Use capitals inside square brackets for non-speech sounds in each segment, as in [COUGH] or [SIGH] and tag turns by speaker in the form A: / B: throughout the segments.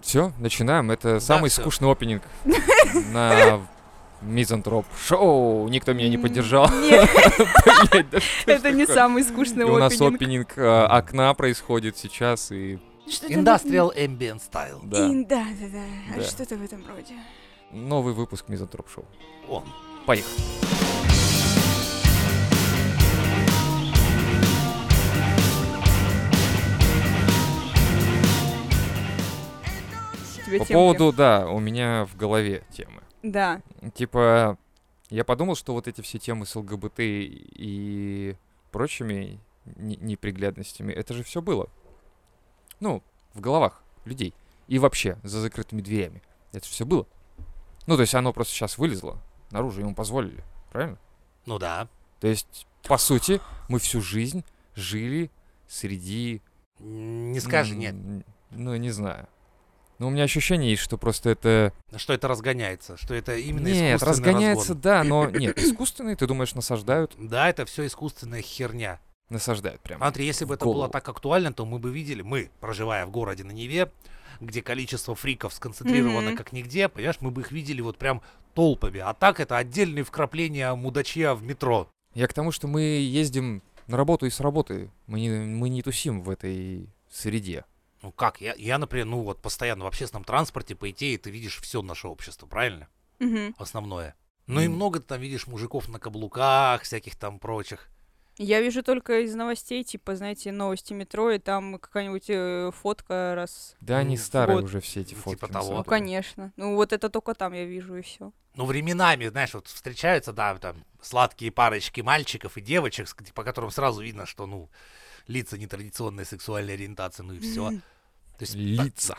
A: Все, начинаем. Это самый
B: всё.
A: скучный
C: [LAUGHS]
A: опенинг на Мизантроп шоу. Никто меня не поддержал. [LAUGHS]
C: Нет,
A: Блядь, да что ж
C: это не
A: такое?
C: самый скучный
A: И у нас
C: опенинг.
A: опенинг э, окна происходит сейчас, и
C: Что-то в этом-
B: Industrial Ambient Style.
A: да,
C: Ин- Да, да, да.
A: Да.
C: А что-то в этом роде.
A: новый выпуск Мизантроп шоу.
B: Он.
A: Поехали.
C: Тебе
A: По
C: тем,
A: поводу, да, у меня в голове темы.
C: кем- Да.
A: Типа, я подумал, что вот эти все темы с ЛГБТ и прочими не- неприглядностями, это же все было. Ну, в головах людей. И вообще, за закрытыми дверями. Это все было. Ну, то есть оно просто сейчас вылезло наружу, ему позволили, правильно?
B: Ну да.
A: То есть, по сути, мы всю жизнь жили среди...
B: Не скажи нет.
A: м, Ну, не знаю. Но у меня ощущение есть, что просто это...
B: Что это разгоняется, что это именно
A: Нет,
B: искусственный
A: разгоняется,
B: разгон.
A: да, но нет, искусственный, ты думаешь, насаждают?
B: Да, это все искусственная херня.
A: Насаждают прям.
B: Андрей, если бы это было
A: голову.
B: так актуально, то мы бы видели, мы, проживая в городе на Неве, где количество фриков сконцентрировано
C: Мгм.
B: как нигде, понимаешь, мы бы их видели вот прям толпами. А так это отдельные вкрапления мудачья в метро.
A: Я к тому, что мы ездим на работу и с работы. Мы не, мы не тусим в этой среде.
B: Ну как, я, я, например, ну вот постоянно в общественном транспорте, по идее, ты видишь все наше общество, правильно?
C: Мгм.
B: Основное. Ну и
A: Мгм.
B: много ты там видишь мужиков на каблуках, всяких там прочих.
C: Я вижу только из новостей, типа, знаете, новости метро, и там какая-нибудь э, фотка раз...
A: Да, они
B: Ну,
A: старые
C: вот.
A: уже все эти
B: Типа
A: фотки. на
B: того.
A: самом
C: Ну,
A: деле.
C: конечно. Ну, вот это только там я вижу, и все.
B: Ну, временами, знаешь, вот встречаются, да, там сладкие парочки мальчиков и девочек, с- по которым сразу видно, что, ну, лица нетрадиционной сексуальной ориентации, ну и все. То есть та-
A: Лица.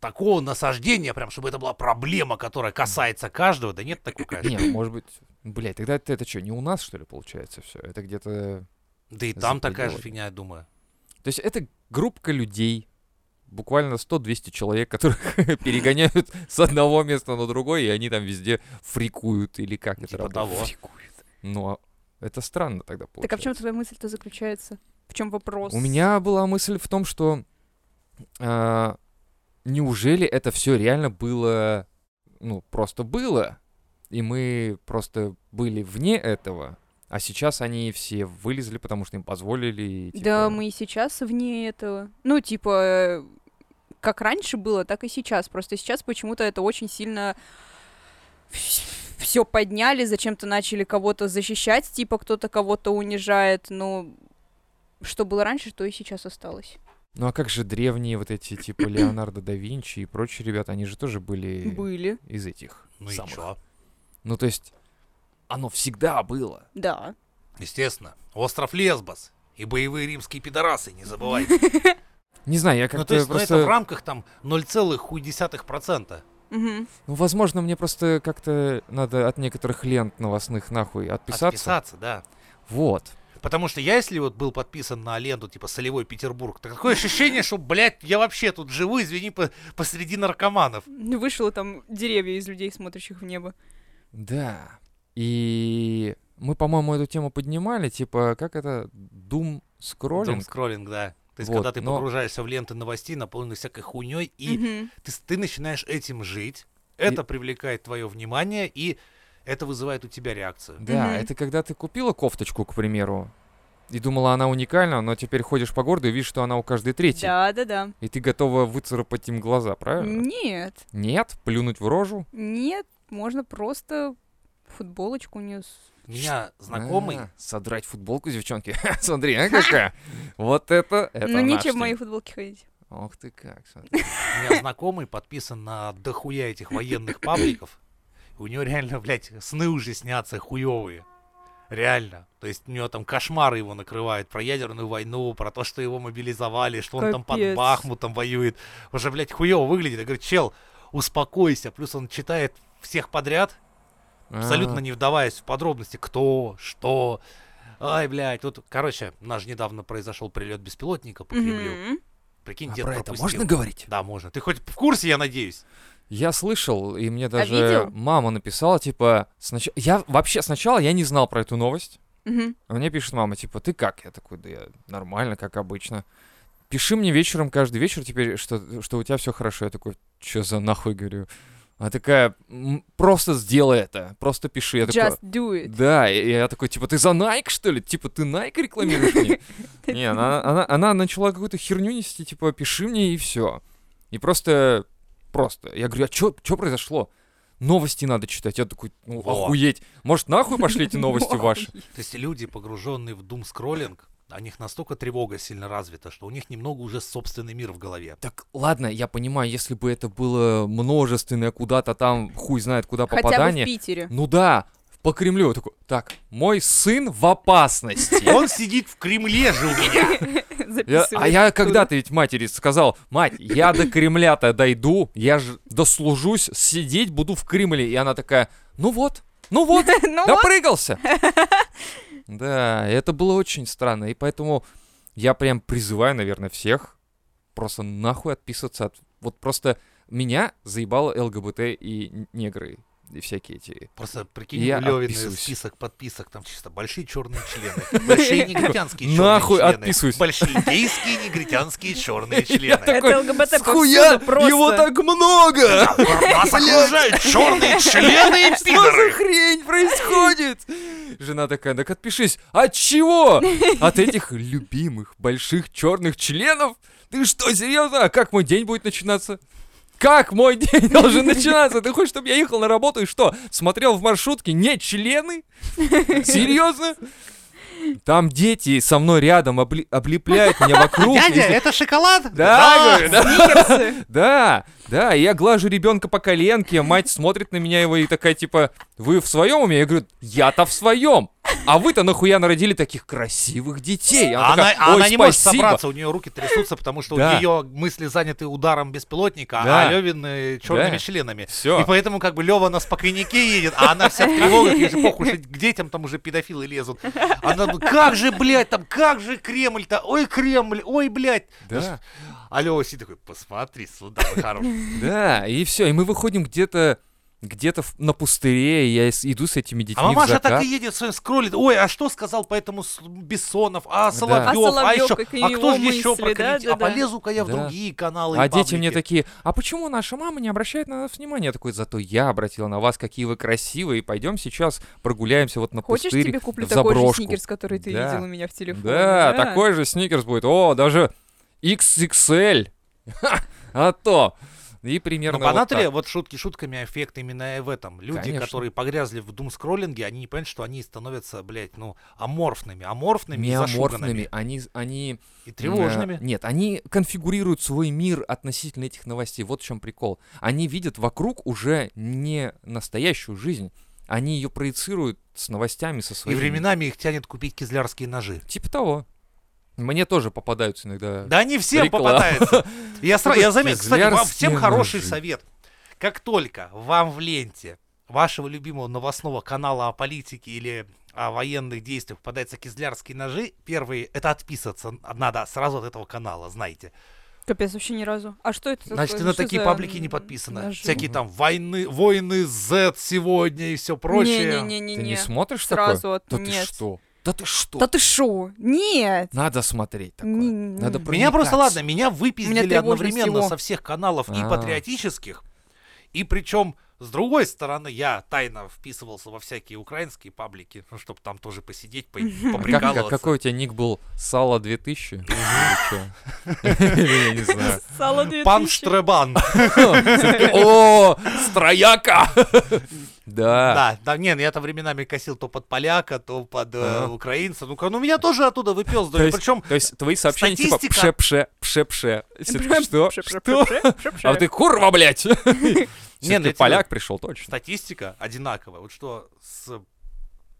B: такого насаждения, прям, чтобы это была проблема, которая касается каждого, да нет такой, конечно.
A: Не, может быть... Блять, тогда это, это что, не у нас, что ли, получается все? Это где-то...
B: Да и там
A: за
B: такая же
A: пределами.
B: фигня, я думаю.
A: То есть это группка людей, буквально 100-200 человек, которых [LAUGHS] перегоняют с одного места на другое, и они там везде фрикуют, или как это
B: Типа
A: работает?
B: того.
A: Фрикуют. Ну, а это странно тогда
C: Так а
A: получается.
C: в чем твоя мысль-то заключается? В чем вопрос?
A: У меня была мысль в том, что а, неужели это все реально было, ну, просто было, и мы просто были вне этого, а сейчас они все вылезли, потому что им позволили. и,
C: Да,
A: типа,
C: мы и сейчас вне этого. Ну, типа, э, как раньше было, так и сейчас. Просто сейчас почему-то это очень сильно все подняли, зачем-то начали кого-то защищать, типа кто-то кого-то унижает, но что было раньше, что и сейчас осталось.
A: Ну а как же древние вот эти, типа
C: [CLEARS THROAT]
A: Леонардо да Винчи и прочие ребята, они же тоже были
C: Были.
A: из этих
B: Ну и
A: самых.
B: чё?
A: Ну то есть оно всегда было.
C: Да.
B: Естественно. Остров Лесбос и боевые римские пидорасы, не забывайте.
A: Не знаю, я
B: Ну,
A: как-то
B: то есть, ну,
A: просто...
B: это в рамках там 0,1%.
C: Мгм.
A: Ну, возможно, мне просто как-то надо от некоторых лент новостных нахуй отписаться.
B: Отписаться, да.
A: Вот.
B: Потому что я, если вот был подписан на ленту, типа, Солевой Петербург, так такое ощущение, что, блядь, я вообще тут живу, извини, по- посреди наркоманов.
C: Вышло там деревья из людей, смотрящих в небо.
A: Да. И мы, по-моему, эту тему поднимали, типа, как это, Doom
B: Дом
A: скроллинг?
B: скроллинг, да. То есть,
A: Вот,
B: когда ты
A: но-
B: погружаешься в ленты новостей, наполненных всякой хуйней, и
C: Мгм.
B: ты, с- ты начинаешь этим жить, это привлекает твое внимание, и это вызывает у тебя реакцию.
A: Да,
C: Мгм.
A: это когда ты купила кофточку, к примеру, и думала, она уникальна, но теперь ходишь по городу и видишь, что она у каждой третьей.
C: Да, да, да.
A: И ты готова выцарапать им глаза, правильно?
C: Нет,
A: Нет, плюнуть в рожу.
C: нет, можно просто футболочку не с-
B: У меня знакомый,
A: А, содрать футболку, девчонки. [LAUGHS] Смотри,
C: [LAUGHS]
A: а какая. Вот это, это
C: ну,
A: наш
C: нечем в
A: стиль.
C: моей футболке ходить.
A: Ох ты как, смотри.
B: у меня знакомый подписан на дохуя этих военных пабликов. У него реально, блядь, сны уже снятся хуевые. Реально. То есть у него там кошмары его накрывают про ядерную войну, про то, что его мобилизовали, что он там под
C: Капец.
B: Бахмутом воюет. Уже, блядь, хуево выглядит. Я говорю, чел, успокойся. Плюс он читает всех подряд, абсолютно
A: А.
B: не вдаваясь в подробности, кто, что. Ай, блядь, тут, короче, у нас же недавно произошел прилет беспилотника по Кремлю.
C: Мгм.
B: Прикинь,
A: А
B: дед
A: про это
B: пропустил.
A: можно говорить?
B: Да, можно. Ты хоть в курсе, я надеюсь?
A: Я слышал, и мне даже
C: видел?
A: мама написала, типа, снач... я вообще сначала я не знал про эту новость.
C: Мгм.
A: А Мне пишет мама, типа, ты как? Я такой, да я нормально, как обычно. Пиши мне вечером, каждый вечер теперь, что, что у тебя все хорошо. Я такой, Че за нахуй, говорю. Она такая, «М, просто сделай это, просто пиши. Я такой,
C: Just do it.
A: да, и я такой, типа, ты за Nike, что ли? Типа, ты Nike рекламируешь
C: [LAUGHS]
A: мне? Не, она, она, она начала какую-то херню нести, типа, пиши мне и все. И просто, просто. Я говорю, а что произошло? Новости надо читать. Я такой, ну,
B: Во.
A: охуеть. Может, нахуй пошли
C: [LAUGHS]
A: эти новости ваши?
B: То есть люди, погруженные в дум скроллинг, у них настолько тревога сильно развита, что у них немного уже собственный мир в голове.
A: Так, ладно, я понимаю, если бы это было множественное куда-то там, хуй знает куда
C: Хотя бы в
A: попадание. [LAUGHS]
C: Питере.
A: Ну да, по Кремлю. Я такой, так, мой сын в опасности.
B: Он сидит в Кремле же у
C: [LAUGHS]
B: меня.
A: Я- а
C: Записывать
A: я
C: оттуда.
A: когда-то ведь матери сказал, мать, я до Кремля-то дойду, я же дослужусь, сидеть буду в Кремле. И она такая, ну вот,
C: [LAUGHS]
A: ну вот,
C: Ну вот, [LAUGHS]
A: допрыгался. Да, это было очень странно. И поэтому я прям призываю, наверное, всех просто нахуй отписываться от... Вот просто меня заебало ЛГБТ и н- негры, и всякие эти...
B: Просто прикинь,
A: Я
B: Лёвин,
A: отписываюсь.
B: список подписок, там чисто большие черные
A: [LAUGHS]
B: члены, большие негритянские черные
A: Нахуй
B: члены,
A: отписываюсь.
B: большие гейские негритянские черные члены.
A: [LAUGHS] такой,
C: это ЛГБТ
A: Схуя!
C: повсюду просто.
A: Его так много!
B: Нас
A: [LAUGHS]
B: окружают черные члены и
A: Что за
B: пидоры.
A: хрень происходит? Жена такая, так отпишись. От чего? От этих любимых больших черных членов? Ты что, серьезно? А как мой день будет начинаться? Как мой день должен начинаться? Ты хочешь, чтобы я ехал на работу и что? Смотрел в маршрутке не члены? Серьезно? Там дети со мной рядом обли- облепляют меня вокруг.
B: Дядя,
A: Если-
B: это шоколад?
A: Да, говорю, да.
C: Сникерсы.
A: Да, да, и я глажу ребенка по коленке, мать смотрит на меня его и такая типа, вы в своем уме? Я говорю, я-то в своем. А вы-то нахуя народили таких красивых детей?
B: А Она,
A: такая,
B: а
A: «Ой,
B: она не может
A: спасибо».
B: собраться, у нее руки трясутся, потому что
A: Да.
B: у нее мысли заняты ударом беспилотника, а
A: Да.
B: Левин черными
A: Да.
B: членами.
A: Всё.
B: И поэтому как бы Лева на спокойнике едет, а она вся в тревогах, ей же похуй, что к детям там уже педофилы лезут. Она, ну, как же, блядь, там, как же Кремль-то, ой, Кремль, ой, блядь.
A: Да,
B: А Лева сидит такой, посмотри, сюда, хорош.
A: [LAUGHS] да, и все, и мы выходим где-то где-то в- на пустыре, и я с- иду с этими детьми
B: А
A: в
B: мамаша
A: закат.
B: так и едет в своем скролле. Ой, а что сказал по этому с- Бессонов? А Соловьев,
C: А
B: а,
C: Соловьев,
B: еще,
C: как и
B: а
C: его
B: кто же еще
C: мысли, да,
B: прокомментирует?
C: да,
B: а
C: да.
B: полезу-ка я в
A: Да.
B: другие каналы и
A: А дети мне
B: паблики».
A: такие, а почему наша мама не обращает на нас внимания? Я такой, зато я обратила на вас, какие вы красивые, пойдем сейчас прогуляемся вот на
C: Хочешь,
A: пустырь,
C: тебе куплю
A: в
C: такой же
A: заброшку».
C: сникерс, который ты
A: Да.
C: видел у меня в телефоне?
A: Да, такой же сникерс будет. О, даже XXL. Ха, А то. И примерно
B: Ну,
A: вот
B: понатоле,
A: так.
B: вот шутки шутками, а эффект именно и в этом. Люди,
A: Конечно.
B: которые погрязли в дум-скроллинге, они не понимают, что они становятся, блядь, ну, аморфными, аморфными, и
A: Миоморфными.
B: зашуганными,
A: Они, они...
B: и тревожными.
A: э, Нет, они конфигурируют свой мир относительно этих новостей. Вот в чем прикол. Они видят вокруг уже не настоящую жизнь. Они ее проецируют с новостями, со
B: И
A: своими...
B: временами их тянет купить кизлярские ножи.
A: Типа того. Мне тоже попадаются иногда...
B: Да они всем
A: Реклама.
B: попадаются. Я, сра-
A: Такой
B: я заметил, кстати,
A: а?
B: вам всем
A: кизлярские
B: хороший
A: ножи.
B: совет. Как только вам в ленте вашего любимого новостного канала о политике или о военных действиях попадаются кизлярские ножи, первые, это отписаться надо сразу от этого канала, знаете.
C: Капец, вообще ни разу. А что это
B: Значит,
C: такое?
B: ты на
C: Что
B: такие
C: за
B: паблики не подписана.
C: ножи?
B: Всякие там войны, войны Z сегодня и все прочее.
A: Ты
C: Не-не-не-не.
A: не смотришь такое?
C: Сразу от...
A: Да ты
C: Нет.
A: что? Да ты что?
C: Да ты шо? Нет!
A: Надо смотреть такое.
C: Не-не-не.
A: Надо
B: Меня просто,
A: проникаться.
B: ладно, меня выпиздили
C: тревожность
B: одновременно
C: его.
B: со всех каналов и
A: А.
B: патриотических. И причем, с другой стороны, я тайно вписывался во всякие украинские паблики, ну, чтобы там тоже посидеть, по-
A: А как- как-
B: поприкалываться.
A: какой у тебя ник был? Сало 2000? Или [LAUGHS] чё? Или Я не
C: [LAUGHS]
A: знаю.
C: Сало 2000.
B: Пан
A: А.
B: Штребан.
A: Всё-таки, О, строяка! [LAUGHS] Да.
B: Да, да, не, ну я-то временами косил то под поляка, то под э,
A: Ага.
B: украинца. Ну-ка, ну меня тоже оттуда выпёздывали. Причем
A: А. То есть твои сообщения типа
B: статистика-
A: пше-пше, пше-пше. Всё-таки
C: Прям
A: Что? Что?
C: пшеп-пшеп-пшеп-пшеп.
A: А ты курва, [LAUGHS] блядь!
B: ну,
A: Нет,
B: я тебе-
A: поляк пришел, точно.
B: статистика одинаковая. Вот что с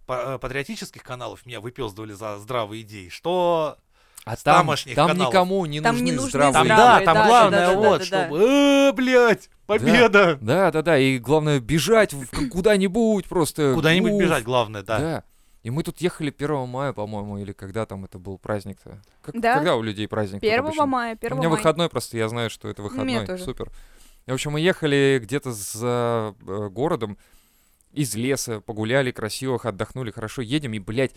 B: па- э, патриотических каналов меня выпездывали за здравые идеи, что
A: А
B: тамошних
A: там
B: каналов.
A: никому не
C: Там не
A: нужны
C: нужны
A: здравые
B: там,
A: люди.
C: Здравые,
B: да,
C: да,
B: там
C: да,
B: главное
C: да, да,
B: вот,
C: да, да.
B: чтобы, «Э, блядь, победа!
A: Да, да, да, и главное бежать в- к- куда-нибудь просто.
B: Куда-нибудь
A: уф.
B: бежать, главное, да.
A: Да. И мы тут ехали 1 мая, по-моему, или когда там это был праздник-то? Как-
C: Да.
A: Когда у людей праздник? тут
C: 1
A: обычно?
C: мая, 1
A: У меня
C: мая.
A: выходной просто, я знаю, что это
C: меня
A: выходной.
C: тоже.
A: Супер. И, в общем, мы ехали где-то за э, городом, из леса, погуляли красиво, отдохнули, хорошо, едем, и, блядь,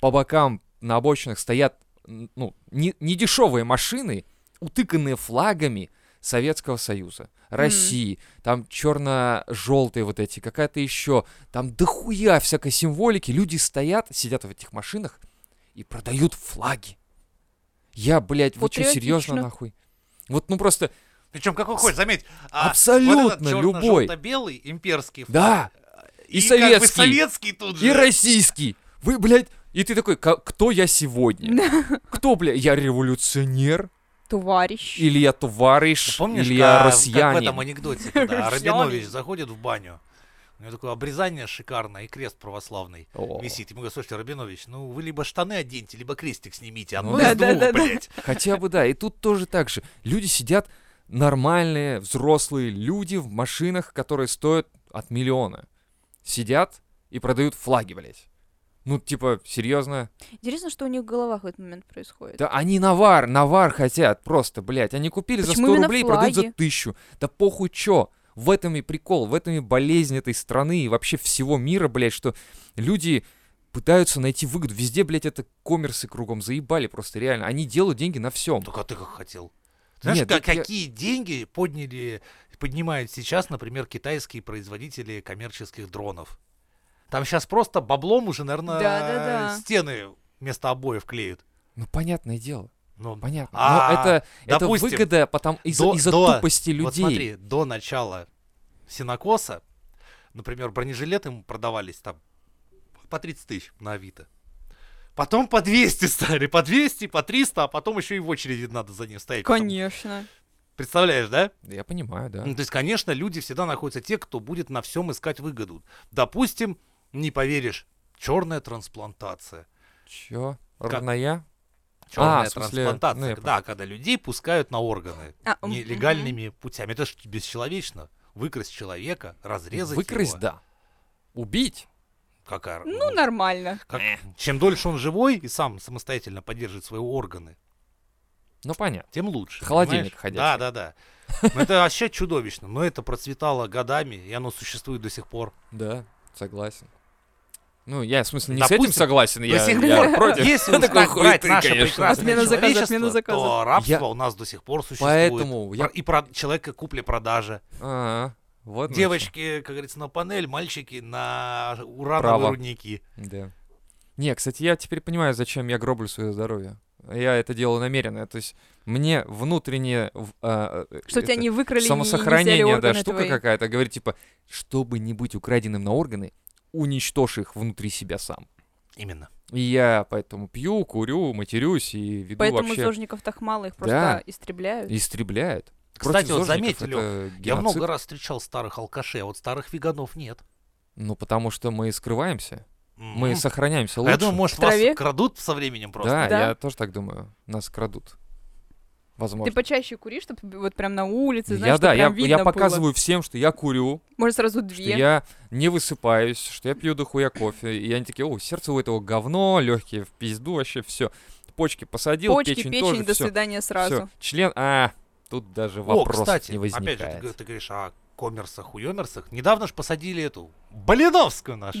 A: по бокам на обочинах стоят, н- ну, не, дешевые машины, утыканные флагами, Советского Союза, России, там черно-желтые вот эти, какая-то еще, там дохуя всякой символики, люди стоят, сидят в этих машинах и продают флаги. Я, блядь, вы что, серьезно
C: Патриотично.
A: нахуй? Вот, ну просто,
B: Причем какой хочешь, заметь. а, вот этот
A: абсолютно любой.
B: белый имперский флаг.
A: Да, И
B: как бы
A: советский.
B: советский тут же.
A: и российский. Вы, блядь, и ты такой, «Ка- кто я сегодня? Кто, блядь, я революционер?
C: Товарищ.
A: Или я товарищ?
B: Ты Ну, помнишь,
A: или я
B: ка- как в
A: россиянин?
B: этом анекдоте,
C: [LAUGHS]
B: когда
C: Россиянин.
B: Рабинович заходит в баню, у него такое обрезание шикарное и крест православный
A: О,
B: висит. Ему говорят, слушайте, Рабинович, ну вы либо штаны оденьте, либо крестик снимите, А
A: Ну
B: одно
A: да.
B: из
C: Да,
B: двух,
C: да, да, да.
B: блядь.
A: Хотя бы да, и тут тоже так же. Люди сидят, нормальные, взрослые люди в машинах, которые стоят от миллиона. Сидят и продают флаги, блядь. Ну, типа, серьезно?
C: Интересно, что у них в головах в этот момент происходит.
A: Да они навар, навар хотят просто, блядь. Они купили
C: Почему
A: за 100
C: именно
A: рублей, продают за
C: флаги?
A: тысячу. Да похуй чё. В этом и прикол, в этом и болезнь этой страны и вообще всего мира, блядь, что люди пытаются найти выгоду. Везде, блядь, это коммерсы кругом заебали просто реально. Они делают деньги на всем.
B: Только «А ты как хотел. Знаешь,
A: Нет,
B: ка-
A: так я-
B: какие деньги подняли, поднимают сейчас, например, китайские производители коммерческих дронов? Там сейчас просто баблом уже, наверное,
C: Да-да-да.
B: стены вместо обоев клеют.
A: Ну, понятное дело.
B: Ну,
A: Понятно.
B: А,
A: Но это, это
B: допустим,
A: выгода потом из-за
B: до-
A: из-за
B: до-
A: тупости людей.
B: Вот смотри, до начала синокоса, например, бронежилеты им продавались там по 30 тысяч на Авито. Потом по 200 стали, по 200, по 300, а потом еще и в очереди надо за ним стоять. Потом-
C: Конечно.
B: Представляешь, да?
A: Да Я понимаю, да.
B: Ну, то есть, конечно, люди всегда находятся те, кто будет на всем искать выгоду. Допустим, не поверишь, черная трансплантация.
A: Чё? Родная?
B: Черная
A: в смысле, ну, я
B: трансплантация,
A: понял.
B: да, когда людей пускают на органы
C: А, м,
B: нелегальными путями. Это же бесчеловечно. Выкрасть человека, разрезать
A: Выкрасть,
B: его.
A: да. Убить?
B: Какая-
C: мгм. Ну, нормально.
B: как- чем дольше он живой и сам самостоятельно поддерживает свои органы,
A: Ну, понятно.
B: тем лучше.
A: Холодильник
B: понимаешь?
A: ходячий.
B: Да, да, да. Но это вообще чудовищно. Но это процветало годами, и оно существует до сих пор.
A: Да, согласен. Ну, я, в смысле, не с этим
B: Допустим,
A: согласен, я,
B: до сих
A: я
B: [LAUGHS]
C: пор.
A: против.
C: [LAUGHS]
B: Если уж
A: Такой
B: так
A: хуеты,
B: брать наше
A: конечно.
B: прекрасное
C: Отмена заказа,
B: человечество,
C: отмена заказа.
B: то рабство
A: Я-
B: у нас до сих пор существует.
A: Поэтому я...
B: Про- И про человека купли-продажи.
A: А, вот оно
B: Девочки, как говорится, на панель, мальчики на урановые
A: Право.
B: рудники.
A: чё. Да. Не, кстати, я теперь понимаю, зачем я гроблю свое здоровье. Я это делаю намеренно. То есть мне внутренне... в- а, э,
C: Что тебя
A: это-
C: не выкрали, не- не взяли
A: самосохранение, да,
C: органы
A: штука
C: твои.
A: какая-то. Говорит, типа, чтобы не быть украденным на органы, уничтожь их внутри себя сам.
B: Именно.
A: И я поэтому пью, курю, матерюсь и веду
C: Поэтому
A: ну, вообще...
C: зожников так мало, их
A: Да.
C: просто истребляют.
A: Истребляют.
B: Кстати,
A: Против
B: вот
A: зожников
B: заметили,
A: это
B: Я
A: геноцид.
B: много раз встречал старых алкашей, а вот старых веганов нет.
A: Ну, потому что мы скрываемся,
B: М.
A: мы сохраняемся
B: А
A: Ну, лучше.
B: Я думаю, может,
C: В траве?
B: вас крадут со временем просто.
A: да,
C: Да.
A: я тоже так думаю. Нас крадут. Возможно.
C: Ты почаще кури, чтобы вот прям на улице, знаешь,
A: я
C: что
A: да, я,
C: прям
A: я
C: видно было.
A: показываю всем, что я курю,
C: Может, сразу
A: что
C: две.
A: я не высыпаюсь, что я пью дохуя кофе. И они такие, о, сердце у этого говно, легкие в пизду, вообще все. Почки посадил,
C: Почки,
A: печень,
C: печень,
A: тоже,
C: до
A: всё,
C: свидания
A: всё.
C: сразу.
A: Член, а, тут даже
B: О,
A: вопрос
B: кстати,
A: не
B: опять же, ты,
A: возникает.
B: г- ты говоришь о коммерсах, хуёмерсах. Недавно же посадили эту Блиновскую нашу.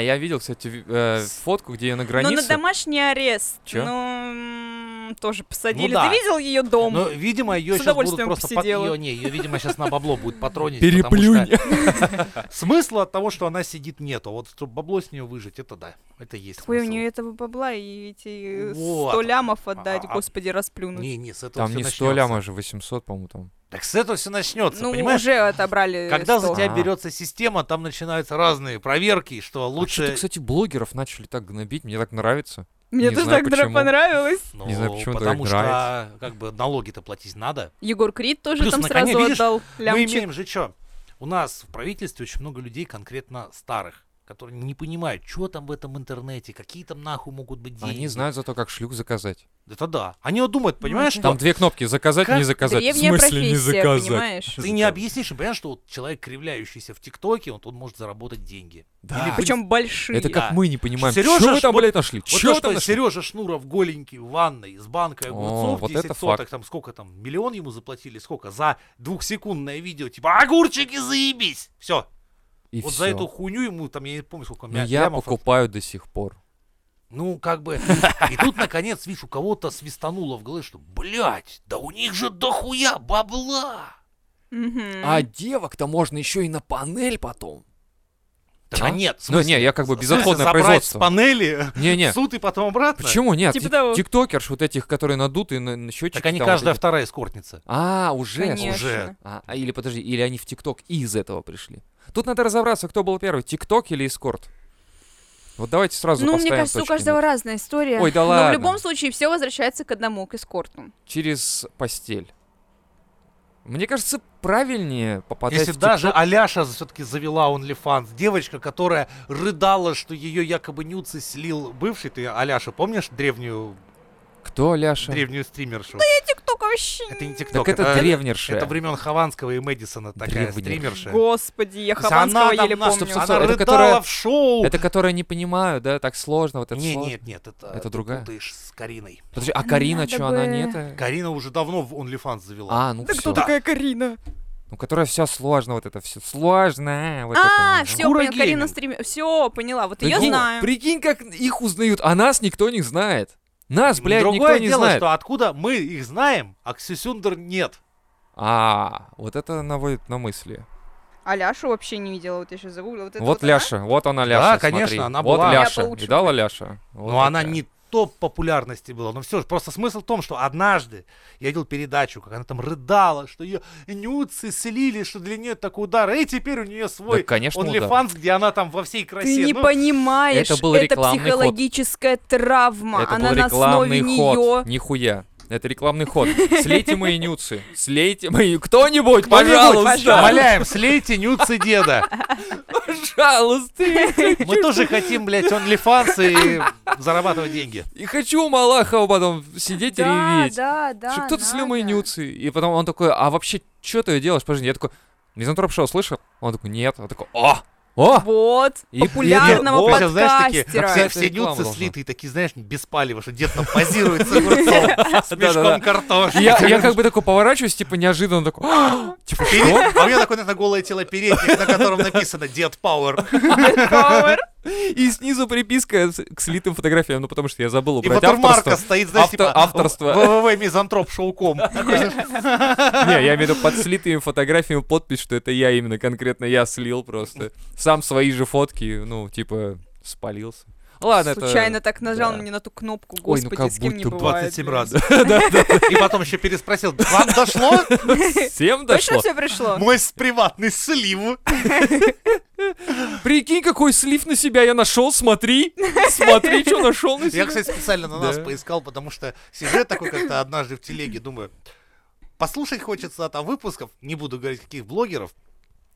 A: И- А, я видел, кстати, ви- э,
B: С-
A: фотку, где ее на
C: Но
A: границе.
C: на домашний арест.
A: Чё? Ну
C: Ну, м, тоже посадили.
B: да.
C: Ты видел ее дом?
B: Но, видимо, ее
C: С
B: сейчас будут
C: удовольствием
B: просто...
C: посидела.
B: Ее, не, ее, видимо, сейчас на бабло будет потронить.
A: Переплюнь.
B: потому что Смысла от того, что она сидит, нету. Вот чтобы бабло с нее выжить, это да. Это есть
C: Ой, у
B: смысл.
C: нее этого бабла и эти э,
B: Вот.
C: сто лямов отдать,
B: А, а,
C: господи, расплюнуть.
B: Не, не, с этого
A: [LAUGHS] Там
B: все
A: не 100
B: начнется.
A: ляма же, 800, по-моему, там. А
B: Так с этого все начнется,
C: ну,
B: понимаешь?
C: уже отобрали
B: Когда за
C: сто.
B: тебя
A: А.
B: берется система, там начинаются разные проверки, что
A: А чё-то,
B: лучше...
A: кстати, блогеров начали так гнобить, мне так нравится.
C: Мне
A: не
C: тоже
A: знаю,
C: так дра-
A: почему.
C: понравилось.
B: Ну,
A: Не знаю, почему так
B: потому что,
A: нравится.
B: как бы, налоги-то платить надо.
C: Егор Крид тоже
B: Плюс
C: там
B: на
C: сразу
B: коне, видишь,
C: отдал лямчик.
B: Мы имеем же что? У нас в правительстве очень много людей, конкретно старых, которые не понимают, что там в этом интернете, какие там нахуй могут быть деньги.
A: Они знают зато, как шлюх заказать.
B: Это да. Они вот думают, понимаешь,
C: да.
B: что
A: Там две кнопки, заказать,
B: Как
A: не заказать. В
C: Древняя
A: смысле не
C: профессия,
A: заказать?
C: понимаешь?
B: ты не объяснишь, им, понимаешь, что вот человек, кривляющийся в ТикТоке, вот он может заработать деньги.
A: Да.
C: Причем большие.
A: Это как
B: Да.
A: мы не понимаем.
B: а, Серёжа
A: Что вы
B: ж
A: там,
B: вот-
A: блядь, нашли?
B: Вот
A: Чё
B: то, что
A: там нашли?
B: Сережа Шнуров голенький в ванной из банка
A: О,
B: огурцов,
A: вот
B: 10
A: это
B: соток,
A: факт.
B: там сколько там, миллион ему заплатили, сколько? За двухсекундное видео, типа, огурчики, заебись! Все,
A: И
B: вот
A: всё.
B: за эту хуйню ему, там, я не помню, сколько
A: Но
B: мя-
A: я
B: лямов
A: покупаю до сих пор.
B: Ну,
A: [LAUGHS]
B: как бы... И тут, наконец, видишь, у кого-то свистануло в голове, что, блядь, да у них же дохуя бабла!
C: Мгм.
D: А девок-то можно еще и на панель потом.
B: Да
A: А?
B: нет, в
A: Ну,
B: смысле,
A: не, я как бы
B: в смысле
A: безотходное
B: забрать
A: производство.
B: с панели,
A: Не-не,
B: в суд и потом обратно?
A: почему нет?
C: Типа
A: Тик-
C: того.
A: Тиктокерш вот этих, которые надуты на, на счетчике.
B: Так они
A: там вот
B: каждая
A: эти-
B: вторая эскортница.
A: А, уже,
C: Конечно.
A: слушай.
B: уже.
A: А, а или подожди, или они в ТикТок и из этого пришли. Тут надо разобраться, кто был первый, ТикТок или Эскорт. Вот давайте сразу
C: Ну, мне
A: поставим
C: кажется, у
A: точки над
C: каждого разная история.
A: Ой, да
C: Но
A: ладно.
C: в любом случае все возвращается к одному, к эскорту.
A: через постель. Мне кажется, правильнее попадать
B: Если
A: в
B: даже Аляша все-таки завела OnlyFans, девочка, которая рыдала, что ее якобы нюцы слил бывший, ты Аляша, помнишь древнюю, а-
A: тик- Кто Ляша?
B: древнюю стримершу?
C: Тикток вообще.
B: Это не ТикТок,
A: Так это древнершая.
B: э, Это времен Хованского и Мэдисона такая
A: Древняя.
B: стримерша.
C: Господи, я
B: То есть она
C: Хованского
B: там
C: еле
B: на-
A: чтоб
C: помню.
A: со-
B: Она
A: Это
B: рыдала
A: которая-
B: в шоу.
A: Это которые не понимаю, да, так сложно, вот это
B: не,
A: сложно.
B: нет, нет, это,
A: Это
B: ты
A: другая?
B: путаешь с Кариной.
A: Подожди, а
C: Ну,
A: Карина,
C: надо
A: что, она
C: бы-
A: не это?
B: Карина уже давно в OnlyFans завела.
A: А, ну
C: Да
A: всё.
C: кто такая Карина?
A: Ну, которая вся сложно, вот это все. Сложно, вот
C: А,
A: это.
C: все,
B: Шкура
C: поняла, Карина
B: гейминг.
C: стример. Все, поняла, вот ее
A: Прикинь-
C: знаю.
A: Прикинь, как их узнают, а нас никто не знает. Нас, блядь,
B: Другое
A: никто А, не
B: дело,
A: знает.
B: что откуда мы их знаем, а Ксюсюндер нет.
A: А, вот это наводит на мысли.
C: А Ляшу вообще не видела, вот я сейчас загуглила. Вот, это
A: вот
C: она?
A: Ляша, вот она Ляша.
B: Да,
A: смотри.
B: конечно, она
A: вот
B: была.
C: Я
A: Ляша.
C: получше.
A: Видала Ляша? Вот
B: Но она
A: такая.
B: не топ популярности была. Но все же, просто смысл в том, что однажды я видел передачу, как она там рыдала, что ее нюцы слили, что для нее такой удар. И теперь у нее
A: Да,
B: свой
A: конечно, удар.
B: OnlyFans, где она там во всей красе.
C: Ты не
B: Ну,
C: понимаешь,
A: это был рекламный ход.
C: психологическая травма.
A: Это
C: она
A: был
C: на основе
A: рекламный ход.
C: нее.
A: Нихуя. Это рекламный ход. Слейте мои нюцы. Слейте мои... Кто-нибудь, пожалуйста.
B: Умоляем, слейте нюцы деда.
A: Пожалуйста.
B: Мы тоже хотим, блядь, OnlyFans и зарабатывать деньги.
A: И хочу у Малахова потом сидеть и
C: Да,
A: реветь.
C: да, да.
A: Что кто-то слил мои
C: надо.
A: нюцы. И потом он такой, а вообще, что ты делаешь? Подожди, я такой, Мизантроп Шоу слышал? Он такой, нет. Он такой, о! О!
C: Вот,
A: И-
C: популярного
A: и-
B: Вот, сейчас, знаешь, такие,
C: подкастера.
B: все,
C: [LAUGHS]
A: Это
B: все
A: реклама
B: нюцы
A: должна.
B: слитые, такие, знаешь, без палева, что дед там позирует с огурцом, с мешком
A: Да-да-да.
B: картошки.
A: И Я, я как бы такой поворачиваюсь, типа неожиданно такой, «А!» типа что?
B: Пере- А у меня такой, наверное, голое тело передник, на котором написано «Дед Пауэр».
C: Power.
A: И снизу приписка с- к слитым фотографиям, ну потому что я забыл
B: И
A: убрать
B: ватермарка
A: авторство.
B: стоит, знаешь,
A: Авто-
B: типа
A: авторство.
B: www.мизантроп.шоу.ком. Такой, знаешь,
A: Не, я имею в виду под слитыми фотографиями подпись, что это я именно, конкретно я слил просто. Сам свои же фотки, ну, типа, спалился. Ладно, это-
C: Случайно так нажал
A: да.
C: мне на ту кнопку,
A: Ой, ну
C: господи,
A: как
C: с кем не
A: будто
C: бывает.
B: 27
C: блин.
B: раз. [LAUGHS] И потом еще переспросил, вам дошло
A: Всем
C: Точно
A: дошло?
C: все пришло?
B: мой с приватный слив?
A: Прикинь, какой слив на себя я нашел, смотри. Смотри, что нашел на себя.
B: Типа, Я, кстати, специально на нас
A: Да.
B: поискал, потому что сюжет такой как-то однажды в телеге, думаю, послушать хочется а там выпусков, не буду говорить каких блогеров,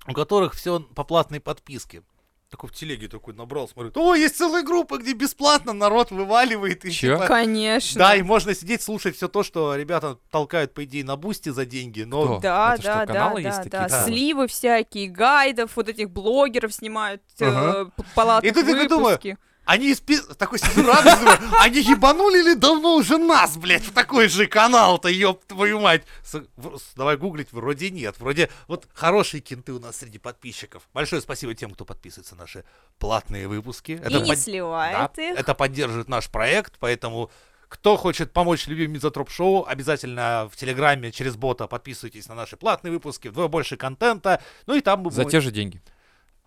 B: у которых все по платной подписке. Такой в телеге такой набрал, смотрит, о, есть целая группа, где бесплатно народ вываливает. И
A: Чё?
B: типа,
C: Конечно.
B: да, и можно сидеть, слушать все то, что ребята толкают, по идее, на бусте за деньги, но...
A: Кто?
C: Да,
A: Это что,
C: да, да,
A: каналы есть
C: да,
A: такие,
C: да.
B: да?
C: Сливы всякие, гайдов, вот этих блогеров снимают, э,
B: Ага.
C: п- палаток
B: И тут я такой думаю,
C: выпуски.
B: Они спи... Такой сижу радостный, думаю, они ебанули ли давно уже нас, блядь, в такой же канал-то, ёб твою мать. С- в- с- Давай гуглить, вроде нет. Вроде вот хорошие кенты у нас среди подписчиков. Большое спасибо тем, кто подписывается на наши платные выпуски.
C: И не
B: под-
C: сливает
B: да,
C: их.
B: это поддерживает наш проект, поэтому кто хочет помочь любимым Мизотроп Шоу, обязательно в Телеграме через бота подписывайтесь на наши платные выпуски, вдвое больше контента, ну и там мы
A: За
B: будем-
A: те же деньги.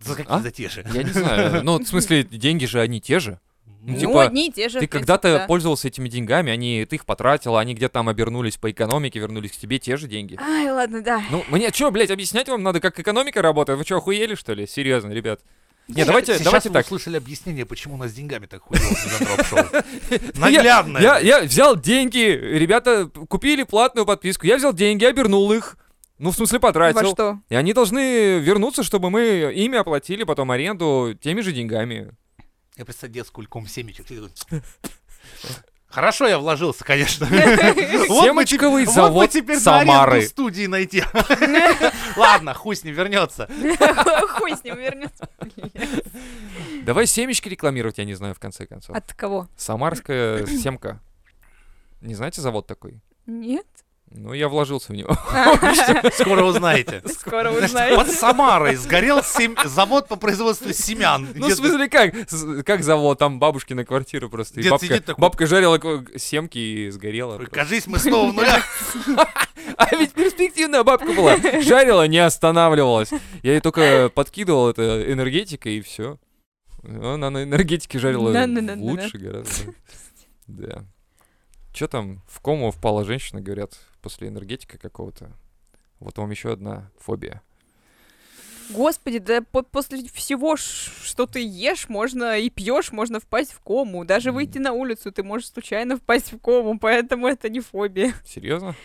B: За какие
A: А?
B: за те же?
A: Я не знаю. [LAUGHS] Ну, в смысле, деньги же они те же.
C: Ну,
A: типа,
C: одни и те же.
A: Ты
C: в принципе,
A: когда-то
C: да.
A: пользовался этими деньгами, они, ты их потратил, они где-то там обернулись по экономике, вернулись к тебе те же деньги.
C: Ай, ладно, да.
A: Ну, мне что, блядь, объяснять вам надо, как экономика работает? Вы что, охуели, что ли? Серьезно, ребят. Не,
B: Ща-
A: давайте,
B: сейчас
A: давайте
B: вы
A: так.
B: услышали объяснение, почему у нас с деньгами так хуево в
A: [LAUGHS]
B: Мизантроп Шоу. Наглядное.
A: Я, я взял деньги, ребята п- купили платную подписку, я взял деньги, обернул их, ну, в смысле, потратил.
C: Во
A: [LAUGHS]
C: что?
A: И они должны вернуться, чтобы мы ими оплатили потом аренду теми же деньгами.
B: Я представь детскую кульком семечек. Хорошо, я
A: [LAUGHS]
B: вложился, конечно. Вот мы теп-
A: Семочковый
B: вот мы
A: завод
B: теперь на аренду
A: Самары.
B: студии найти. [LAUGHS] Ладно, хуй с ним вернется.
C: Хуй с ним вернется. блин.
A: Давай семечки рекламировать, я не знаю, в конце концов.
C: От кого? [CLEARS THROAT]
A: Самарская семка. Не знаете завод такой?
C: Нет.
A: Ну, я вложился в него. [LAUGHS]
B: Скоро узнаете.
C: Скоро
B: Значит, Под
C: узнаете.
B: Самарой сгорел сем- завод по производству семян.
A: Ну, в
B: Дед-
A: смысле, как? С- Как завод? Там бабушкина квартира просто. И
B: Дед
A: бабка,
B: сидит такой.
A: бабка жарила ко- семки и сгорела.
B: Ой, Кажись, мы снова в нулях.
A: А ведь перспективная бабка была. Жарила, не останавливалась. Я ей только подкидывал это энергетикой, и все. Она на энергетике жарила
C: Да-да-да-да-да.
A: лучше гораздо. Да. Че там, в кому впала женщина, говорят, после энергетика какого-то. Вот вам еще одна фобия.
C: Господи, да по- после всего, ш- что ты ешь, можно и пьешь, можно впасть в кому. Даже
A: М.
C: выйти на улицу ты можешь случайно впасть в кому, поэтому это не фобия.
A: Серьезно?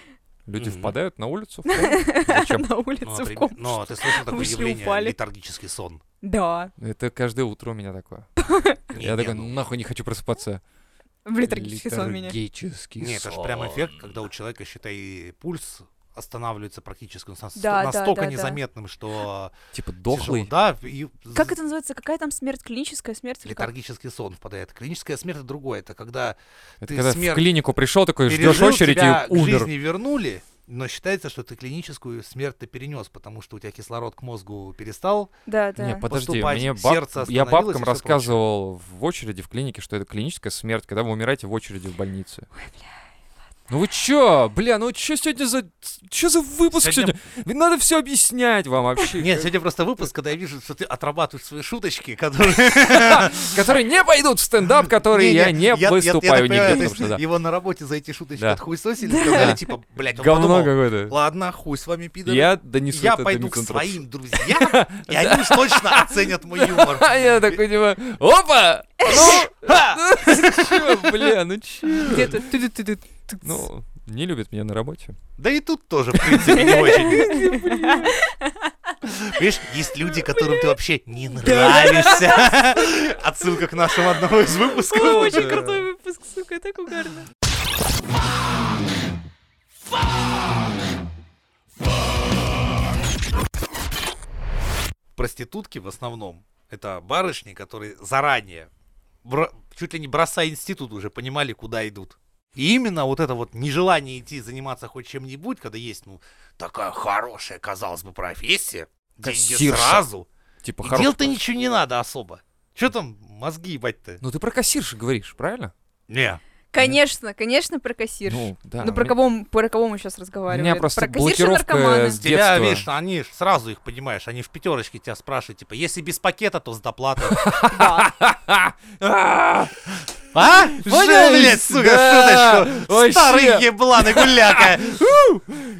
A: Люди
B: Мгм.
A: впадают на улицу? в кому? Зачем?
C: [LAUGHS] На
B: Ну,
C: улицу в
B: например,
C: кому.
B: Ну, ты слышал такое
C: Вышли,
B: явление,
C: упали.
B: летаргический сон.
C: Да,
A: Это каждое утро у меня такое.
B: Не,
A: Я
B: не,
A: такой,
B: ну,
A: нахуй не хочу просыпаться.
C: в литургический сон меня.
A: Литургический
B: Нет, это же
A: сон.
B: прям эффект, когда у человека, считай, пульс останавливается практически. Он нас-
C: Да, да,
B: настолько
C: да, да.
B: незаметным, что
A: Типа
B: тяжело.
A: дохлый.
B: Да, и
C: Как
B: з-
C: это называется? Какая там смерть? Клиническая смерть? или как?
B: летаргический сон впадает. Клиническая смерть это другое. Это когда
A: Это
B: Ты
A: когда
B: смерть
A: в клинику пришел, такой ждешь
B: пережил,
A: очередь
B: тебя
A: и
B: к
A: умер.
B: жизни вернули, но считается, что ты клиническую смерть ты перенес, потому что у тебя кислород к мозгу перестал.
C: Да,
A: Не,
C: да.
A: подожди,
B: Поступать,
A: мне баб-
B: сердце
A: я
B: остановилось и
A: бабкам
B: всё
A: рассказывал в очереди в клинике, что это клиническая смерть, когда вы умираете в очереди в больнице. Ну вы чё, бля, ну чё сегодня за... Чё за выпуск
B: Сегодня-
A: сегодня? Ведь Надо все объяснять вам вообще.
B: Нет, сегодня просто выпуск, когда я вижу, что ты отрабатываешь свои шуточки, [LAUGHS] которые...
A: э, Которые не пойдут в
B: [LAUGHS]
A: стендап, которые я не выступаю
B: так понимаю,
A: нигде,
B: то
A: потому
B: есть
A: что да.
B: Его на работе за эти шуточки
A: Да.
B: отхуесосили, сказали, типа, блядь, он
A: Говно
B: подумал,
A: какое-то.
B: ладно, хуй с вами, пидоры.
A: Я донесу
B: Я
A: это до
B: пойду к
A: Минконтроля.
B: своим друзьям, и они уж точно оценят мой юмор.
A: А я такой, типа, опа!
B: Э,
A: Ну, [LAUGHS]
B: Ха!
A: Чё, бля, ну чё?
C: Где-то ты-ты-ты-ты.
A: Ну, не любят меня на работе.
B: Да и тут тоже, в принципе, не очень. Видишь, есть люди, которым ты вообще не нравишься. Отсылка к нашему одного из выпусков.
C: Ой, Очень крутой выпуск, сука, так угарно.
B: проститутки в основном это барышни, которые заранее, бро- чуть ли не бросая институт, уже понимали, куда идут. И именно вот это вот нежелание идти заниматься хоть чем-нибудь, когда есть, ну, такая хорошая, казалось бы, профессия, деньги
A: Кассирша.
B: сразу,
A: Типа,
B: и
A: хорош-
B: делать-то ничего не надо особо. Че там мозги ебать-то?
A: Ну, ты про кассирши говоришь, правильно?
B: Не.
C: Конечно, конечно, про кассир.
A: Ну, да.
C: Ну, про
A: мне-
C: кого, м- про кого мы сейчас
A: У
C: разговариваем?
A: меня
C: Это
A: просто
C: про кассирша
A: блокировка э,
C: наркомана.
A: с
B: Тебя,
A: детства.
B: видишь, они ж сразу их понимаешь, они в пятерочке тебя спрашивают, типа, если без пакета, то с доплатой.
A: [LAUGHS] А,
B: А? Понял,
A: Жесть,
B: блядь, сука,
A: да,
B: шуточку. Старый
A: вообще.
B: еблан и гуляка.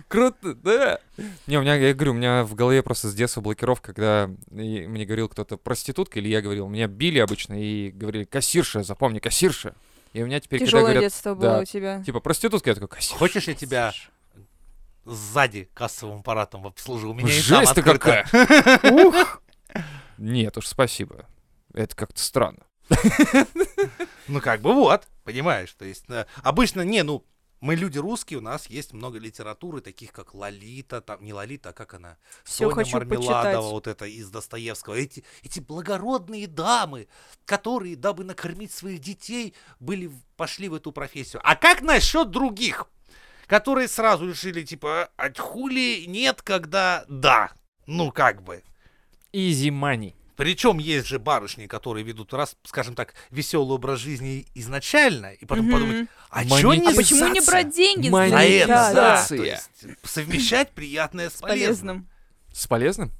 A: Круто, да. Не, у меня, я говорю, у меня в голове просто с детства блокировка, когда и мне говорил кто-то проститутка, или я говорил, меня били обычно и говорили, кассирша, запомни, кассирша. И у меня теперь, когда
C: Тяжелое
A: говорят,
C: детство
A: да.
C: было у тебя.
A: типа, проститутка, я такой, кассирша.
B: Хочешь, я тебя сзади кассовым аппаратом обслужу? У меня и там
A: Жесть-то
B: открыто.
A: какая.
B: [LAUGHS]
A: Ух. Нет уж, спасибо. Это как-то странно.
B: Ну, как бы вот, понимаешь, то есть э, обычно, не, ну, мы люди русские, у нас есть много литературы, таких как Лолита, там, не Лолита, а как она?
C: Всё
B: Соня
C: хочу
B: Мармеладова,
C: почитать.
B: вот это из Достоевского. Эти, эти благородные дамы, которые, дабы накормить своих детей, были, в- пошли в эту профессию. А как насчет других, которые сразу решили, типа, от хули нет, когда да. Ну, как бы.
A: Easy money.
B: Причем есть же барышни, которые ведут, раз, скажем так, веселый образ жизни изначально, и потом
C: Мгм.
B: подумать, а чё не
C: А почему не
A: Монетизация.
C: брать деньги?
A: Мани-
B: А
A: Да,
B: это,
A: да,
B: да,
A: да.
B: то есть совмещать приятное с
C: с
B: полезным.
C: полезным.
A: С полезным?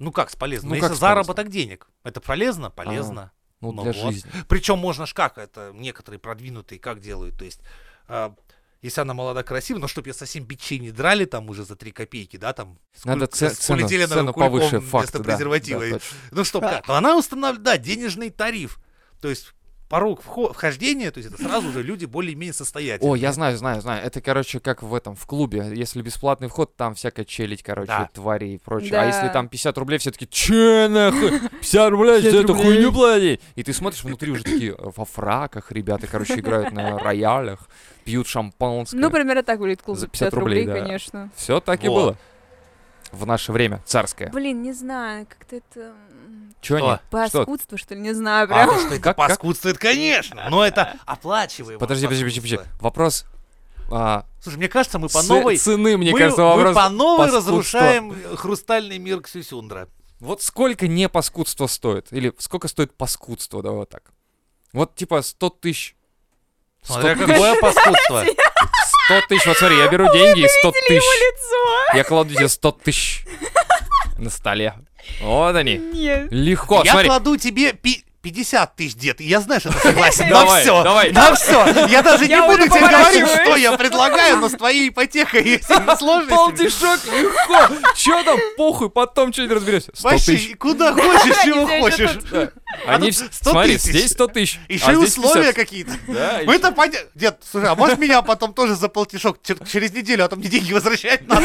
B: Ну как с полезным?
A: Ну
B: Если
A: как с
B: заработок денег, это полезно? Полезно.
A: Ну,
B: Ну
A: для
B: вот.
A: жизни.
B: Причем можно ж как, это некоторые продвинутые как делают, то есть... а, если она молода, красива, но чтоб я совсем бичей не драли там уже за 3 копейки, да, там... с
A: Надо
B: куль-
A: ц-
B: с
A: цену,
B: куледеля,
A: цену
B: наверное,
A: повыше,
B: кульком
A: факт,
B: вместо
A: да,
B: презерватива.
A: да,
B: И-
A: точно.
B: Ну, чтоб как. Но она устанавливает, да, денежный тариф. То есть порог вхо- вхождения, то есть это сразу же люди более-менее состоятельные. А
A: О, я знаю, знаю, знаю. Это, короче, как в этом, в клубе. Если бесплатный вход, там всякая челядь, короче,
B: Да.
A: твари и прочее. А
C: Да.
A: если там 50 рублей, все таки че нахуй? 50 рублей, за
C: 50
A: эту
C: рублей.
A: хуйню платить? И ты смотришь, внутри уже такие э, во фраках ребята, короче, играют на роялях, пьют шампанское.
C: Ну, примерно так выглядит клуб
A: За
C: за
A: 50
C: 50 рублей,
A: рублей, да.
C: конечно.
A: Все так и
B: Вот.
A: было. В наше время царское.
C: Блин, не знаю, как-то это... м,
A: Чё
B: Что?
A: они? Что?
C: Паскудство, что ли, не знаю
B: А
C: прям. [LAUGHS]
B: то, что это
A: Как- как?
B: паскудствует, конечно, но это оплачиваемо.
A: Подожди, подожди, подожди, подожди.
B: паскудство.
A: Вопрос. а,
B: Слушай, мне кажется, мы по
A: ц-
B: новой...
A: цены, мне
B: мы,
A: кажется,
B: мы
A: вам раз-
B: по новой
A: паскудство.
B: разрушаем хрустальный мир Ксюсюндра.
A: Вот сколько не паскудство стоит? Или сколько стоит паскудство, давай вот так. Вот типа 100 тысяч. 100
B: Смотря
A: тысяч.
B: какое
C: [LAUGHS]
B: паскудство.
A: 100 тысяч, вот смотри, я беру деньги и 100
C: Его
A: тысяч.
C: лицо!
A: Я кладу тебе 100 тысяч на столе. Вот они.
C: Нет.
A: Легко,
B: я
A: смотри.
B: кладу тебе пи- 50 тысяч, дед, и я знаю, что ты согласен.
A: [LAUGHS]
B: На
A: Давай,
B: все,
A: давай.
B: на все. Я даже не
C: Я
B: буду
C: уже
B: тебе говорить,
C: поворачиваюсь.
B: что я предлагаю, но с твоей ипотекой и
C: [LAUGHS]
B: всеми сложностями.
A: Полтишок, легко. Че там, похуй, потом что-нибудь разберемся. 100 тысяч.
B: Вообще, куда [LAUGHS] хочешь, чего
C: Они всё
B: хочешь.
C: ещё
B: А
A: Они,
B: тут
A: вс-
B: 100
A: смотри,
B: тысяч.
A: здесь 100 тысяч.
B: Еще и
A: а здесь
B: условия
A: 50.
B: какие-то.
A: Да, и-
B: Мы это поня- Дед, слушай, а можешь меня потом тоже за полтишок Чер- через неделю, а то мне деньги возвращать надо.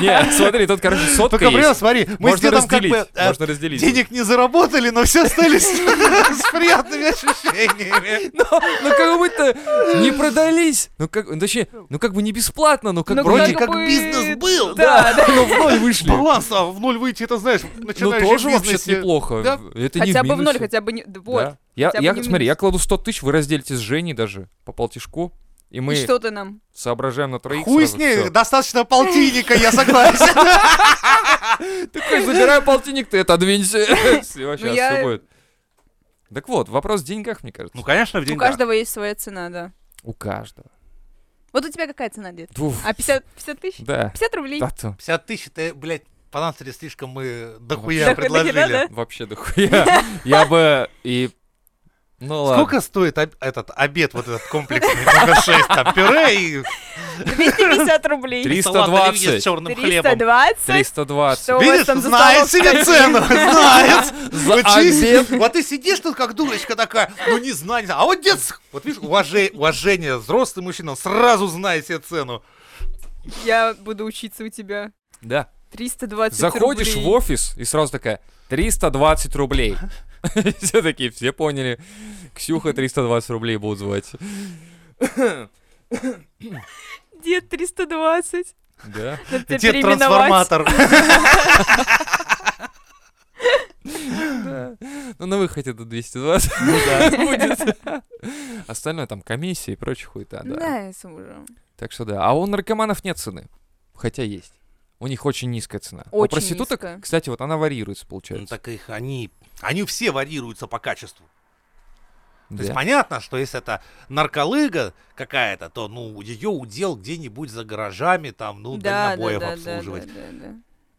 A: [LAUGHS] Не, смотри, тут, короче, сотка
B: Только прям,
A: есть.
B: смотри, мы с
A: Ну, Можно
B: дедом как
A: разделить.
B: бы э,
A: Можно разделить.
B: денег не заработали, но все остались [LAUGHS] с приятными ощущениями.
A: Ну, ну как будто не продались. Ну как, ну, точнее, ну как бы не бесплатно, но как
C: Ну,
A: бы
B: Вроде
A: вроде
C: как
B: как
C: бы-
B: бизнес
A: [LAUGHS]
B: был,
A: да, но в ноль вышли.
B: Баланс, а в ноль выйти, это знаешь,
A: Ну
B: начинаешь
A: тоже вообще неплохо.
B: Да.
A: Это не
C: Хотя бы в ноль,
A: минусе.
C: хотя бы не... Вот.
A: Да. Я,
C: хотя бы
A: я
C: не в
A: смотри,
C: минусе.
A: я кладу 100 тысяч, вы разделите с Женей даже по полтишку, и мы
C: И что ты нам?
A: соображаем на троих
B: Хуй с
A: сразу,
B: ней,
A: всё.
B: достаточно полтинника, я согласен.
C: [LAUGHS]
A: Такой, забираю полтинник, ты
C: [LAUGHS]
A: отодвинься. Все, сейчас
C: Ну, я- Ну,
A: все будет. Так вот, вопрос в деньгах, мне кажется.
B: конечно, в
C: У каждого есть своя цена, да.
A: У каждого.
C: А, Вот у тебя какая цена, дед?
A: Уф,
C: А 50, 50 тысяч?
A: Да.
C: 50 рублей?
A: Да, то
B: 50 тысяч, это, блядь, по нам смотри, слишком мы
C: Да,
B: дохуя
C: да, да,
B: предложили.
C: да.
A: вообще
C: [LAUGHS]
A: дохуя. Я бы и... Ну ладно.
B: Сколько стоит об- этот обед, вот этот комплексный, только 6, там, пюре и
C: 250 рублей.
A: Три-
B: салат оливье с
A: 320.
B: черным хлебом.
C: 320?
A: 320.
C: Что у вас
B: Видишь,
C: там за
B: знает
C: столом?
B: себе цену, знает.
A: За
B: Вот чисто-
A: обед.
B: Вот ты сидишь тут как дурочка такая, ну не знаю, не знаю. А вот дед, с- вот видишь, уважение, уважение, взрослый мужчина, он сразу знает себе цену.
C: Я буду учиться у тебя.
A: Да.
C: 320
A: Заходишь
C: рублей.
A: в офис и сразу такая 320 рублей. [LAUGHS] Все такие, все поняли. Ксюха 320 рублей будут звать.
C: Дед 320.
A: Да.
C: Надо тебя
B: Дед
C: переименовать.
B: трансформатор.
A: Ну, на выходе до 220 [LAUGHS] будет. Остальное там комиссии и прочая хуета, да.
C: Да, я с мужем.
A: Так что да. А у наркоманов нет цены. Хотя есть. У них очень низкая цена. У
C: Очень
A: проституток,
C: низкая.
A: кстати, вот она варьируется,
B: Ну,
A: получается.
B: так их они... Они все варьируются по качеству. То есть
A: Да.
B: понятно, что если это нарколыга какая-то, то ну ее удел где-нибудь за гаражами, там, ну,
C: Да, да,
B: дальнобоев
C: да, да,
B: обслуживать.
C: да, да, да.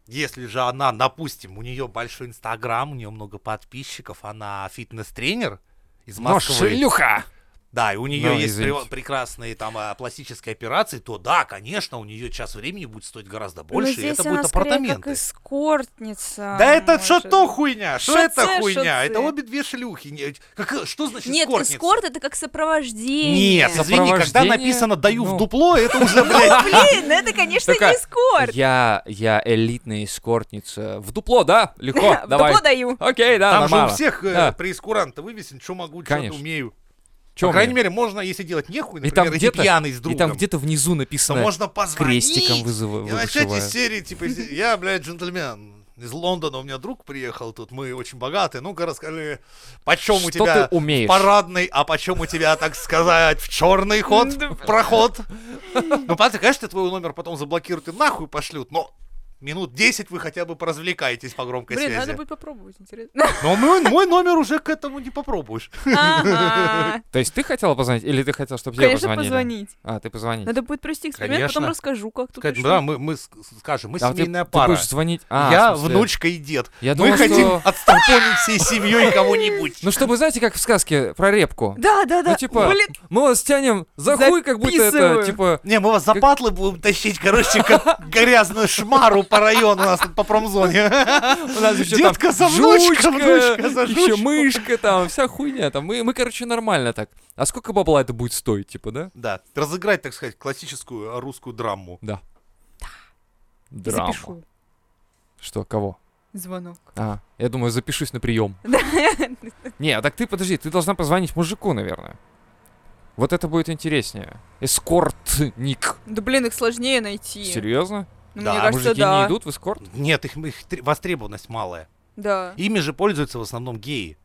B: Если же она, допустим, у нее большой инстаграм, у нее много подписчиков, она фитнес-тренер из
A: Но
B: Москвы.
A: шлюха!
B: Да, и у нее
A: Ну,
B: есть пре-
A: извините.
B: прекрасные там а, пластические операции, то да, конечно, у нее час времени будет стоить гораздо больше, и
C: Но здесь
B: это
C: она
B: будет
C: скорее
B: апартаменты.
C: как эскортница.
B: Да это что
C: может.
B: то хуйня? Что это
C: Шоце,
B: хуйня?
C: шоце.
B: Это обе две шлюхи. Не- Как, что значит
C: Нет,
B: эскортница?
C: эскорт это как сопровождение.
B: Нет, извини, когда
A: Сопровождение,
B: написано «даю в
A: ну. [LAUGHS]
B: дупло», это уже, блядь,
C: Блин, ну это, конечно,
A: Такая,
C: не эскорт.
A: Я, я элитная эскортница. В дупло, да? Легко,
C: [LAUGHS] В
A: давай.
C: дупло даю.
A: Окей, да,
B: там же у
A: нормально.
B: всех э,
A: Да.
B: преискуранта вывесен, что могу, что
A: Конечно.
B: умею.
A: Чё
B: По крайней
A: мне?
B: мере, можно, если делать нехуй,
A: И там
B: например, и
A: где-то-
B: пьяный с другом,
A: И там где-то внизу
B: то
A: написано
B: можно позвонить
A: крестиком вызываю.
B: и начать из серии, типа, из- я, блядь, джентльмен, из Лондона у меня друг приехал тут, мы очень богаты, ну-ка расскажи, почем
A: Что
B: у тебя
A: ты умеешь?
B: парадный, а почем у тебя, так сказать, в черный ход, в
C: [LAUGHS]
B: проход. Ну, понятно, конечно, твой номер потом заблокируют и нахуй пошлют, но минут 10 вы хотя бы поразвлекаетесь по громкой
C: Блин,
B: связи.
C: надо будет попробовать, интересно. [LAUGHS]
B: Но мой, мой номер уже к этому не попробуешь.
C: Ага.
A: То есть ты хотела позвонить или ты хотела, чтобы тебе
C: Конечно,
A: позвонили?
C: позвонить.
A: А, ты позвонить.
C: Надо будет провести эксперимент,
B: Конечно.
C: потом расскажу, как тут и что.
B: Да, мы, мы с- скажем, мы
A: А вот ты,
B: семейная
A: ты
B: пара.
A: будешь звонить... А,
B: я
A: в смысле,
B: внучка и дед.
A: Я
B: мы
A: думал,
B: хотим
A: что-
B: отстампонить всей семьей кого-нибудь.
A: Ну, чтобы, знаете, как в сказке про репку.
C: Да, да, да.
A: типа,
C: Блин,
A: Мы вас тянем за хуй, как будто это,
C: Записываю.
A: типа...
B: Не, мы вас за
A: Как-
B: патлы будем тащить, короче, как грязную шмару по району у нас тут по промзоне. [LAUGHS]
A: У нас ещё там
B: Детка за внучка,
A: жучка,
B: внучка за
A: ещё
B: жучку.
A: мышка там, вся хуйня там. Мы, мы, короче, нормально так. А сколько бабла это будет стоить, типа, да?
B: Да, разыграть, так сказать, классическую русскую драму.
A: Драма.
C: запишу
A: Что, кого?
C: звонок.
A: А, я думаю, запишусь на прием. Не, а так ты подожди, ты должна позвонить мужику, наверное. Вот это будет интереснее. Эскортник.
C: Да блин, их сложнее найти.
A: Серьезно?
C: Ну,
B: Да,
C: Мне
B: а
C: кажется,
A: Мужики не
C: да.
A: идут в эскорт?
B: Нет, их, их тр- востребованность малая.
C: Да.
B: Ими же пользуются в основном геи.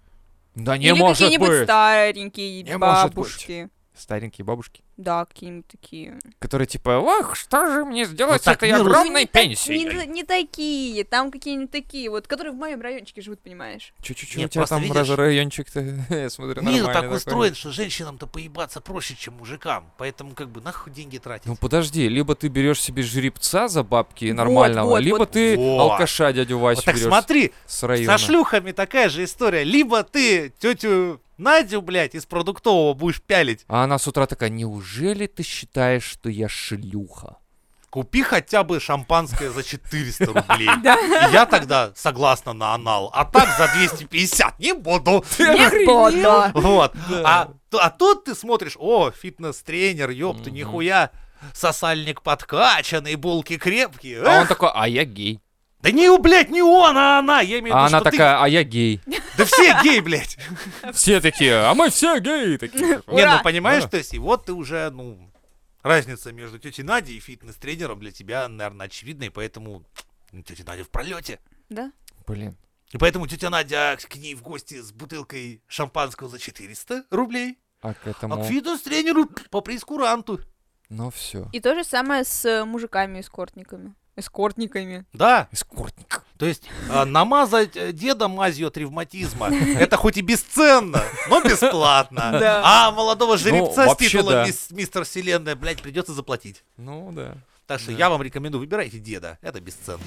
A: Да не
C: Или
A: может
C: какие-нибудь
A: быть.
C: старенькие
A: Не может быть.
C: бабушки.
A: Старенькие бабушки.
C: Да, какие-нибудь такие.
A: Которые типа, ох, что же мне сделать
B: Вот
A: с
B: так
A: этой
B: мир-
C: Ну, не
A: огромной
C: та-
A: пенсией?
C: Не, та- не такие, там какие-нибудь такие, вот, которые в моем райончике живут,
A: [LAUGHS]
C: понимаешь.
A: Чуть-чуть, у
B: Нет,
A: тебя
B: просто
A: там
B: видишь,
A: даже райончик-то, [LAUGHS] я смотрю,
B: Мир
A: нормальный
B: ну так
A: такой.
B: устроен, что женщинам-то поебаться проще, чем мужикам. Поэтому как бы нахуй деньги тратить.
A: Ну подожди, либо ты берешь себе жеребца за бабки нормального,
C: вот,
A: либо
C: вот.
A: ты
B: Вот.
A: алкаша дядю Васю
B: вот так
A: берешь
B: смотри,
A: с района.
B: со шлюхами такая же история. Либо ты тетю Надю, блядь, из продуктового будешь пялить.
A: А она с утра такая, неужели ты считаешь, что я шлюха?
B: Купи хотя бы шампанское за 400 рублей. И я тогда согласна на анал. А так за 250 не буду.
C: Не буду.
B: [LAUGHS] Вот. А, т- а тут ты смотришь, о, фитнес-тренер, ёпта,
A: Мгм.
B: нихуя. Сосальник подкачанный, булки крепкие.
A: А он
B: Эх,
A: такой, а я гей.
B: Да не, блядь, не он, а она. Я имею в виду,
A: А она
B: что ты-
A: такая, а я
B: [LAUGHS]
A: гей.
B: Да все гей, блядь.
A: Все такие, а мы все геи. такие.
B: [LAUGHS] Не,
C: Ура!
B: ну понимаешь,
A: Ага.
B: то есть, и вот ты уже, ну, разница между тетей Надей и фитнес-тренером для тебя, наверное, очевидна, и поэтому ну, тетя Надя в пролете.
C: Да?
A: Блин,
B: И поэтому тетя Надя к ней в гости с бутылкой шампанского за 400 рублей,
A: а к
B: а к
A: этому...
B: фитнес-тренеру по прескуранту.
A: Ну все.
C: И то же самое с э, мужиками-эскортниками. Эскортниками.
B: Да,
A: Эскортник.
B: то есть а, намазать э, деда мазью от ревматизма, это хоть и бесценно, но бесплатно.
C: Да.
B: А молодого жеребца с
A: Ну, вообще да.
B: титула мис- мистер вселенная, блядь, придется заплатить.
A: Ну да.
B: Так что
A: Да.
B: я вам рекомендую, выбирайте деда, это бесценно.